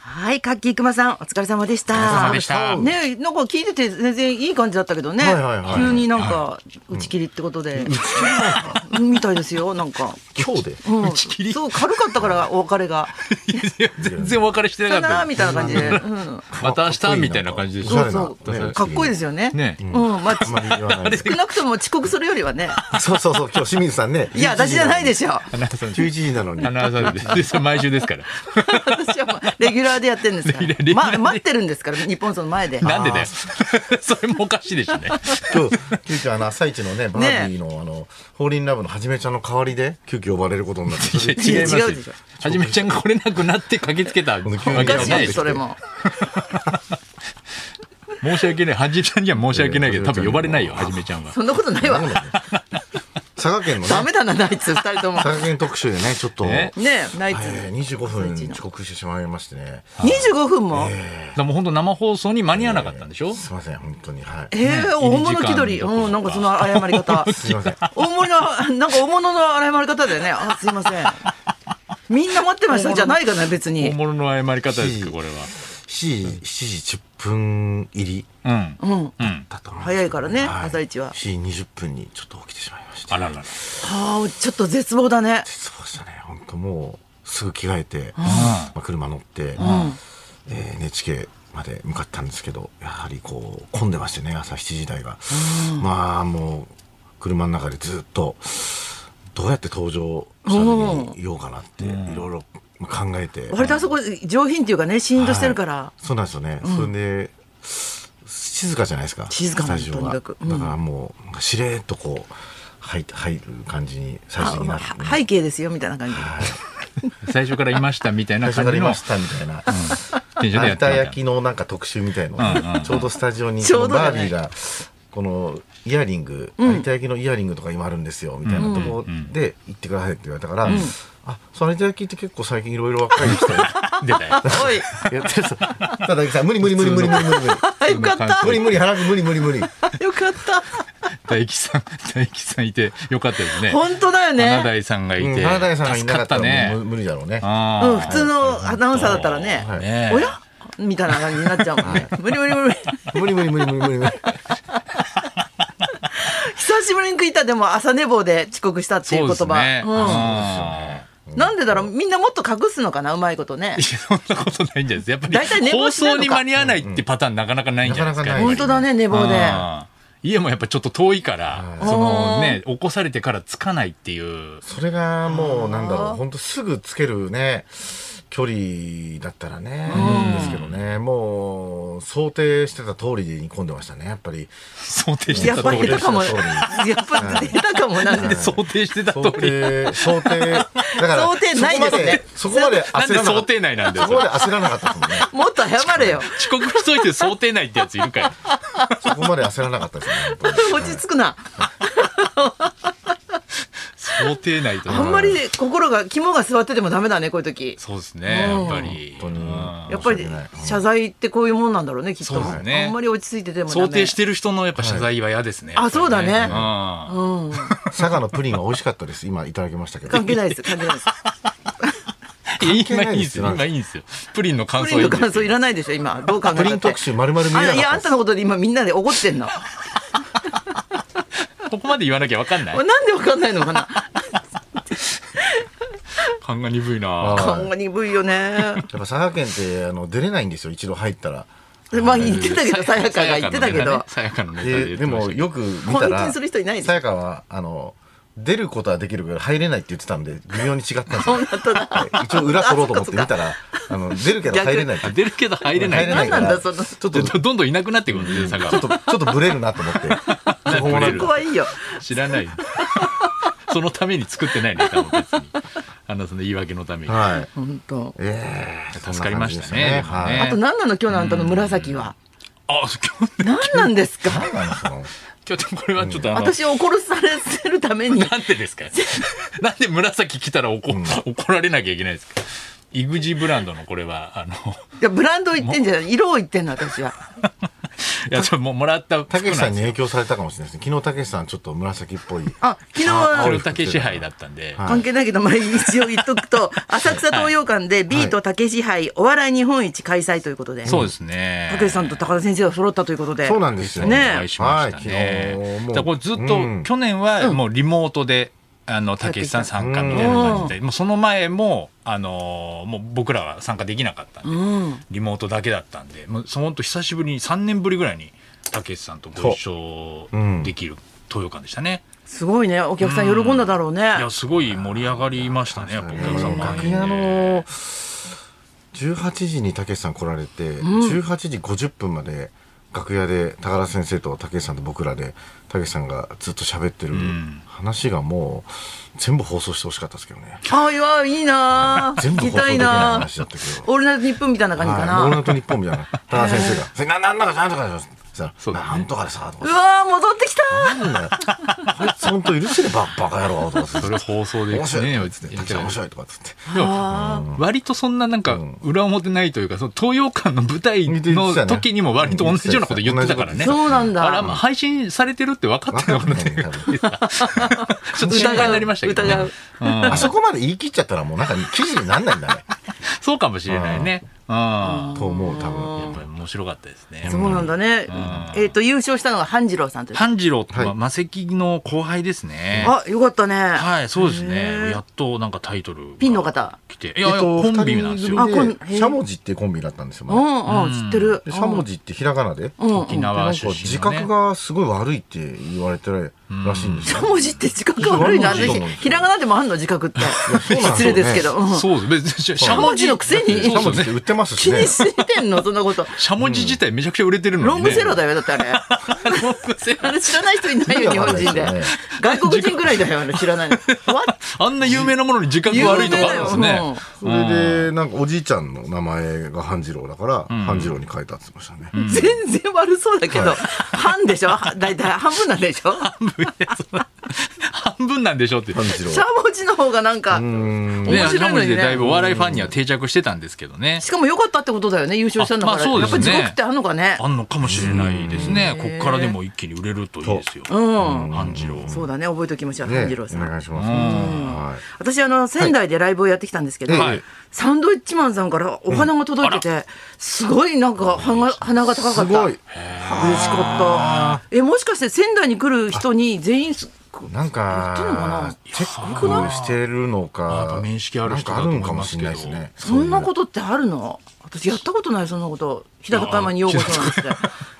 はい、カッキー熊さん、お疲れ様でしお疲れた様で。した。ね、なんか聞いてて全然いい感じだったけどね、はいはいはい急になんか打ち切りってことで、みたいですよなんか、今日で。うん打ち切りそう軽かったからお別れがいや 全然お別れしてなさかよっならたみたよ。いな感じで、うん、また明日みたいな感じでしそそょう。うそう、ねかっこいいですよねねうんまああんまり言わないです。少なくとも遅刻するよりはねそうそうそう、今日清水さんね。いや私じゃないでしょアナウンサー11で時なのにア。ナウンサー ででそれ毎週ですから。私はもうレギュラーでやってるんですかレギュら、ラーレギュラま、ー待ってるんですから日本その前でなんでだよ。 それもおか しいでしょね。今日、急遽あの、朝一のね、バービーの、あの、ホーリンラブのはじめちゃんの代わりで、急遽呼ばれることになって、それでいや違います よ違うでしょ。はじめちゃんが来れなくなって駆けつけたわけじおかしゃいないでですしょそれも申し訳ない。はじめちゃんには申し訳ないけど、多分呼ばれないよ、はじめちゃんは。そんなことないわ佐賀県のね、ダ佐メだなナイツ二人とも賀県特集でね、ちょっと、ねえねナイツ、ー25分遅刻してしまいましてね。 25分も、だからもう本当生放送に間に合わなかったんでしょすいません、本当に。はい。ええね大物気取り、入り時間のとこうん、なんかその謝り方。すいません。大物の、なんか大物の謝り方だよね。あ、すいません。みんな待ってましたじゃないかな、別本に。物の謝り方ですか、これ7時、7時10分入りは。うん。うん。うん。だったかな早いからねい朝一は7時20分にちょっと起きてしまいました。あららら。ああ、ちょっと絶望だね。絶望したね本当もうすぐ着替えて、まあ、車乗って、えー NHK まで向かったんですけどやはりこう混んでましてね朝7時台が、まあもう車の中でずっとどうやって登場した時に言おうかなっていろいろまあ考えて、割とあそこ上品っていうかね、シーンとしてるから。はいそうなんですよね、それで静かじゃないですか静かなのスタジオとにがかくうんだからもうなんかしれっとこう入って入る感じに最あ初にまなあって、は背景ですよみたいな感じで最初からいましたみたいな最初から感じいのましたみたいな、テンションでや有って田た焼きのなんか特集みたいのをねうんうんうんちょうどスタジオにちょこうのどじゃバーなビいーがこのイヤリング、有田焼きのイヤリングとか今あるんですよみたいなところで行ってくださいって言われたから、あその有田焼きって結構最近いろいろ若い人が出たよ。おいや ってる人たださん無理無理無理無理無理無理無理あよかった無理無理原君無理無理無理よかった大吉さん、大吉さんいてよかったですね。本当だよ花ね、大さんがいうんて。原田さんがいな助かかっったたらもうね。無理だろうねあうん、普通のアナウンサーだったらねはいねえおやみたいな感じになっちゃうもんね無理無理無理無理無理無理無理無理無理久しぶりに聞いたでも朝寝坊で遅刻したっていう言葉そうですね。うんあーなんでだろうみんなもっと隠すのかなうまいことねいやそんなことないんじゃないですか。やっぱ大体寝り坊放しないの送かに間に合わないってパターンなかなかないんじゃないでなすか。かなかな本い当だね寝坊でうん家もやっぱちょっと遠いから、うそのね、起こされてからつかないっていう。それがもうなんだろう本当すぐつけるね距離だったらね、いいんですけどねもう想定してた通りに混んでましたねやっぱり想定してやったぱ通りり下手かもやそうですっぱり下手かもなんでで想定してた通想り。定想定だから想定ないですねそこまでそこまなんで焦らなかで想った定内なんだそよ。そこれまで焦らなかったですもんねもっと謝れよ遅刻しといて想定内ってやついるから。そこまで焦らなかったですねやっぱり落ち着くな想定内と。あんまり心が肝が据わっててもダメだねこういう時そうですね、やっぱり。本当にうんやっぱり申し訳ない謝罪ってこういうもんなんだろうねきっとそうですねあんまり落ち着いててもダメ想定してる人のやっぱ謝罪は嫌ですね。はいやっぱありそうだねうんうん佐賀のプリンが美味しかったです今いただきましたけど関係ないです関係ないですいや係今ないいでいですすよよ。今いいんですよ。プリンの感プ想リいンいのんですよ感想いらないでしょ今どう考えたってプリン特集丸々見えなかあったいやあんでたすのことで今みんなで怒ってんのなここまで言わなきゃわかんない。んでわかんないのかな勘が鈍いなあ顔が鈍いよねやっぱ佐賀県ってあの出れないんですよ一度入ったらまあ言ってたけどさやかが言ってたけどさやかのネタででで言ってましもたけど。よく見た監禁らする人いないですさやかはあの出ることはできるけど入れないって言ってたんで微妙に違ったんですよ そうだったなはい一応裏取ろうと思って見たらあの出るけど入れないってあ出るけど入れない。入れないなかんらなんだちょそのっとちちょっでどとどんどんいなくなってくるんですよ、佐賀は。ちょっとブレるなと思ってそこもなんブレかる怖いよ知らないよ。そのために作ってないネタも別に。あの、その言い訳のために。はい本当ええ助かりましたねそんな感じででもねすあと何なの今日のあんたの紫はあ、今日、何なんですかはいなんかあの今日これはちょっとあの、私を怒されてるため になんでですか なんで紫着たら怒,、怒られなきゃいけないんですかイグジブランドのこれは、あの、いやブランド言ってんじゃない色を言ってんの私はいや、ちょ、もうもらったたけ服しなさんんでにすよ。影響されたかもしれないですね。昨日たけしさんちょっと紫っぽい。あ、昨日あは俺俺竹支配だったんで、はい関係ないけど、まあ、一応言っと くと、浅草東洋館でビート竹支配お笑い日本一開催ということで、そうですね。竹内さんと高田先生が揃ったということで。そうなんですよ。ねお願いしましたね。はい昨日もだからこれずっと、うん去年はもうリモートで、あの、たけしさん参加みたいな感じで、もうその前も、あのーもう僕らは参加できなかったんで、うん。リモートだけだったんで、もうそのと久しぶりに3年ぶりぐらいに、たけしさんとご一そ緒ううんできる東洋館でしたね。すごいね。お客さん喜んだだろうね。いや、すごい盛り上がりましたね、やっぱお客さん満楽員で屋の18時にたけしさん来られて、18時50分まで楽屋で高田先生とたけしさんと僕らでたけしさんがずっと喋ってるん話がもう全部放送してほしかったですけどね。あ、いや、いいなぁ。 全部聞き放送でたいきないな話だっぁ。たけど。オールナイトニッポンみたいな感じかな。はい、オールナイトニッポンみたいな。高田先生が、 それな、なんだか、なんとかでしょ。そしたらそうだねなんとかでさ、とうか。わぁ、戻ってきたなんだよ。こいつ本当許せねえ、ば、バカ野郎、とか。それ放送で面白い、ねとか言って、たけしさん面白いとかつって。でも割とそんななんか裏表ないというかその東洋館の舞台の時にも割と同じようなこと言ってたからね。うんそうなんだあれはまあ配信されてるって分かってたので、分かってちょっと心配になりましたけど、ね。疑ううんあそこまで言い切っちゃったらもうなんか記事になんないんだね。そうかもしれないね。うん。やと思う、多分。っぱり面白かったですね。そうなんだね。えっと、優勝したのが半次郎さんという。半次郎ってまあはい魔石の後輩ですね。あ、よかったね。はい、そうですへーね。やっとなんかタイトル。ピンの。方。来て。いやいや、コンビなんですよ。ああ、コこンへえしゃもじっていうコンビだったんですよ。う前ん、うん、知ってる。でしゃもじってひらがなで。うん。うん。沖しでな縄んか出身のね。自覚がすごい悪いって言われてるらしいんですゃよ。もじって自覚悪いな。そうなんですよひらがなでもあんの自覚って。そうなんですよね失礼ですけど。うんそうです。別にしゃしゃも文字じのくせにしゃもそうじっですてね売ってますし気ねに。してんのそんなこと。しゃもじ自体めちゃくちゃ売れてるのに、ね。ロングセロだよ、だってあれ。ロングセロあれ知らない人いないよ、日本人でいやわかんないで。外国人ぐらいだよ、あれ知らないの。What？あんな有名なものに自覚悪いとかあるんです有名ねだ よ。それで、なんかおじいちゃんの名前が半次郎だから、半次郎に変えたって言ってましたね。全然悪そうだけど、半でしょだいたい半分なんでしょ半分なんでしょって。半次郎。しゃもじの方がなんか、う面白いのんにねしゃもじでだいぶお笑いファンには定着してたんですけどねし。かも良かったってことだよね、優勝したんだから。あまあそうやでっすぱね地獄ってあんのかね。あんのかもしれないですね。こっからでも一気に売れるといいですよ。うん。半次郎。そうだね、覚えておきましょう、ね半次郎さお願ん。いします。はい私、あの、仙台でライブをやってきたんですけどはい、サンドイッチマンさんからお花が届いてて、すごいなんか鼻鼻が高かすった。ご嬉いし。かった。え、もしかして仙台に来る人に全員す、なんやってんのかなか、チェックしてるのやっかぱ、面識ある人だなんかあると思いのかもましれすけどないですね。そんなことってあるの私やったことない、そんなこと。日高山にようこそなんて。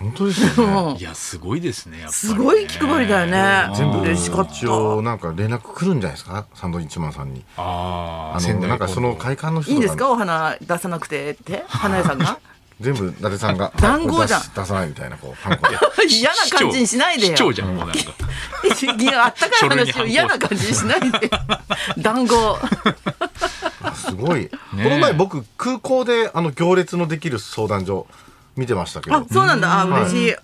本当です よね。うんいや、すごいですね。やっぱりすねごい気配りだよね。全部嬉しかった。一応なんか連絡来るんじゃないですかサンドイッチマンさんにあああ、のなんかその会館の人いいんですがかお花出さなくてって花屋さんが全部伊達さんが談合じゃんこれ出す出さないみたいなこうハンコ で嫌な感じにしないでよ市長じゃん、も うなんか。いやあったかい書類に話反を抗嫌な感じにしないで団子あすごい、この前僕空港であの行列のできる相談所見てましたけあどそうなんだあ嬉しい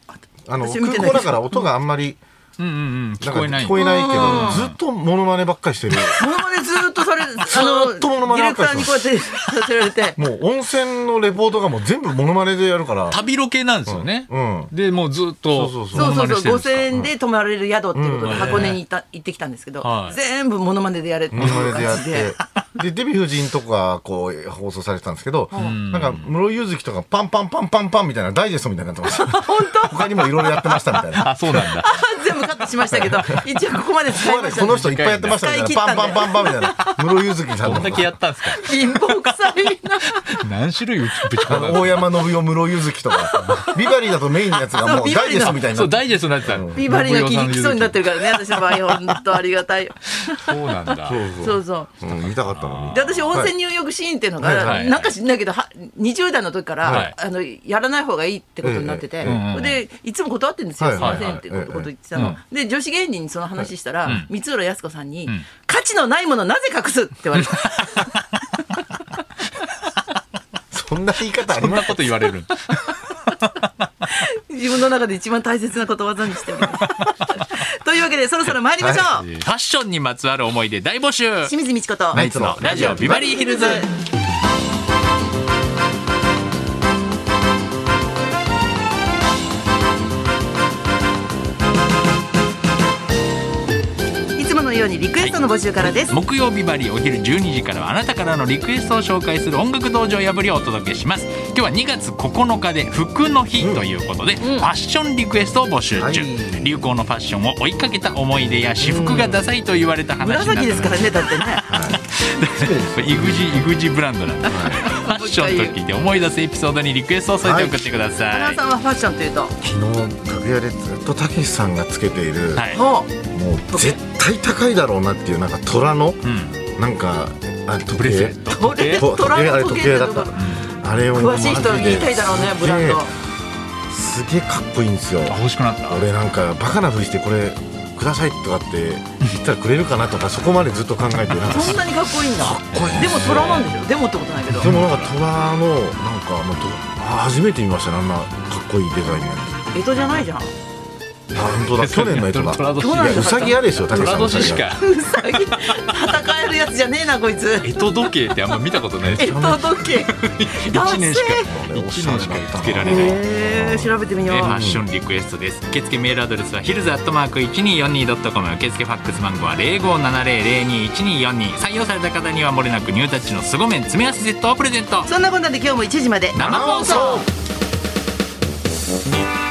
あの私空見てない港だから音があんまりうんうんうん。なん聞かこえない。聞こえないけどずっとモノマネばっかりしてるモノマネずーっとされあのずーっとモノマネディレクターにこうやってさせられ てもう温泉のレポートがもう全部モノマネでやるから旅ロケなんですよね。うんで、もうずっと。そうそうそうそうそうモノマネして5000るんですか円で泊まれる宿っていうことでうん箱根に行った行ってきたんですけどはい全部モノマネでやれっていモノマうネでや感っじでて。で、デヴィ夫人とか、こう、放送されてたんですけど、なんか、室井祐月とか、パンパンパンパンパンみたいな、ダイジェストみたいになってました。本当他にもいろいろやってましたみたい な。あ、そうなんだ。 全部カットしました けど一応ここまで使いましたこの人いっぱいやってましたみたいな。パンパンパンパンみたいな。室井祐月さんどのんだけやったんですか。貧乏くさい な何種類ぶちあ込んだ んの、大山信夫、室井祐月とか、ビバリーだとメインのやつがもそううビバダイリージェのストみたいにそなう、って。ダイジェストになってたの。ビバリーが聞きそうになってる。るからね、私の場合、本当ありがたい。そうなんだ。そうそう。うん見たかったのにで。私温泉入浴シーンっていうのが、はいはいなんか知んないけどは20代の時から、はいあのやらない方がいいってことになってて、ええええでいつも断ってるんですよ「はいすいまはいせん」はいってことこと言ってたの、で女子芸人にその話したら、ん光浦靖子さんに、ん価値のないものなぜ隠す」って言わ れたそんな言い方あそりんまなすこと言われる。自分の中で一番大切なことわざにしてる というわけでそろそろ参りましょう、ファッションにまつわる思い出大募集。 清水美智子と、ナイツのラジオビバリーヒルズ。ようにリクエストの募集からです、木曜日バリお昼12時からはあなたからのリクエストを紹介する音楽道場破りをお届けします今日は2月9日で服の日ということで、ファッションリクエストを募集中、はい流行のファッションを追いかけた思い出や私服がダサいと言われた話にな紫っでたすからねだってねイグジイグジブランドな んだ、ファッションと聞いて思い出すエピソードにリクエストを添えて送ってください、皆さんはファッションというと昨日楽屋でずっとたけしさんがつけている、はいももう絶対高いだろうなっていうなんか虎のうん、なんかあ時プレゼントう俺と虎あのれ時時計計だだとっかたあれを今詳しい人マジで言いたいだろうねブランドすげえすげえかっこいいんですよあ欲しくなった俺なんかバカなふりしてこれくださいとかって言ったらくれるかなとかそこまでずっと考えてなんかそんなにかっこいいんだこいいでも虎なんでしょでもってことないけどでもなんか虎のなんかもうとあ初めて見ましたねあんなかっこいいデザインのや江戸じゃないじゃんつあ本 当だ去年の人だトラドシ去年の干いや支うさぎ嫌ですよたけしさ虎んのうさ年ぎし屋か うさぎ戦えるやつじゃねえなこいつ江戸時計ってあんま見たことないです江よ戸時計男性1年しかそうね1年しかつけられないえー、調べてみよう、えーファッションリクエストです受付メールアドレスはヒルズアットマーク 1242.com 受付ファックス番号は0570021242採用された方にはもれなくニュータッチの凄麺詰め合わせセットをプレゼントそんなこんなで今日も1時まで生放送日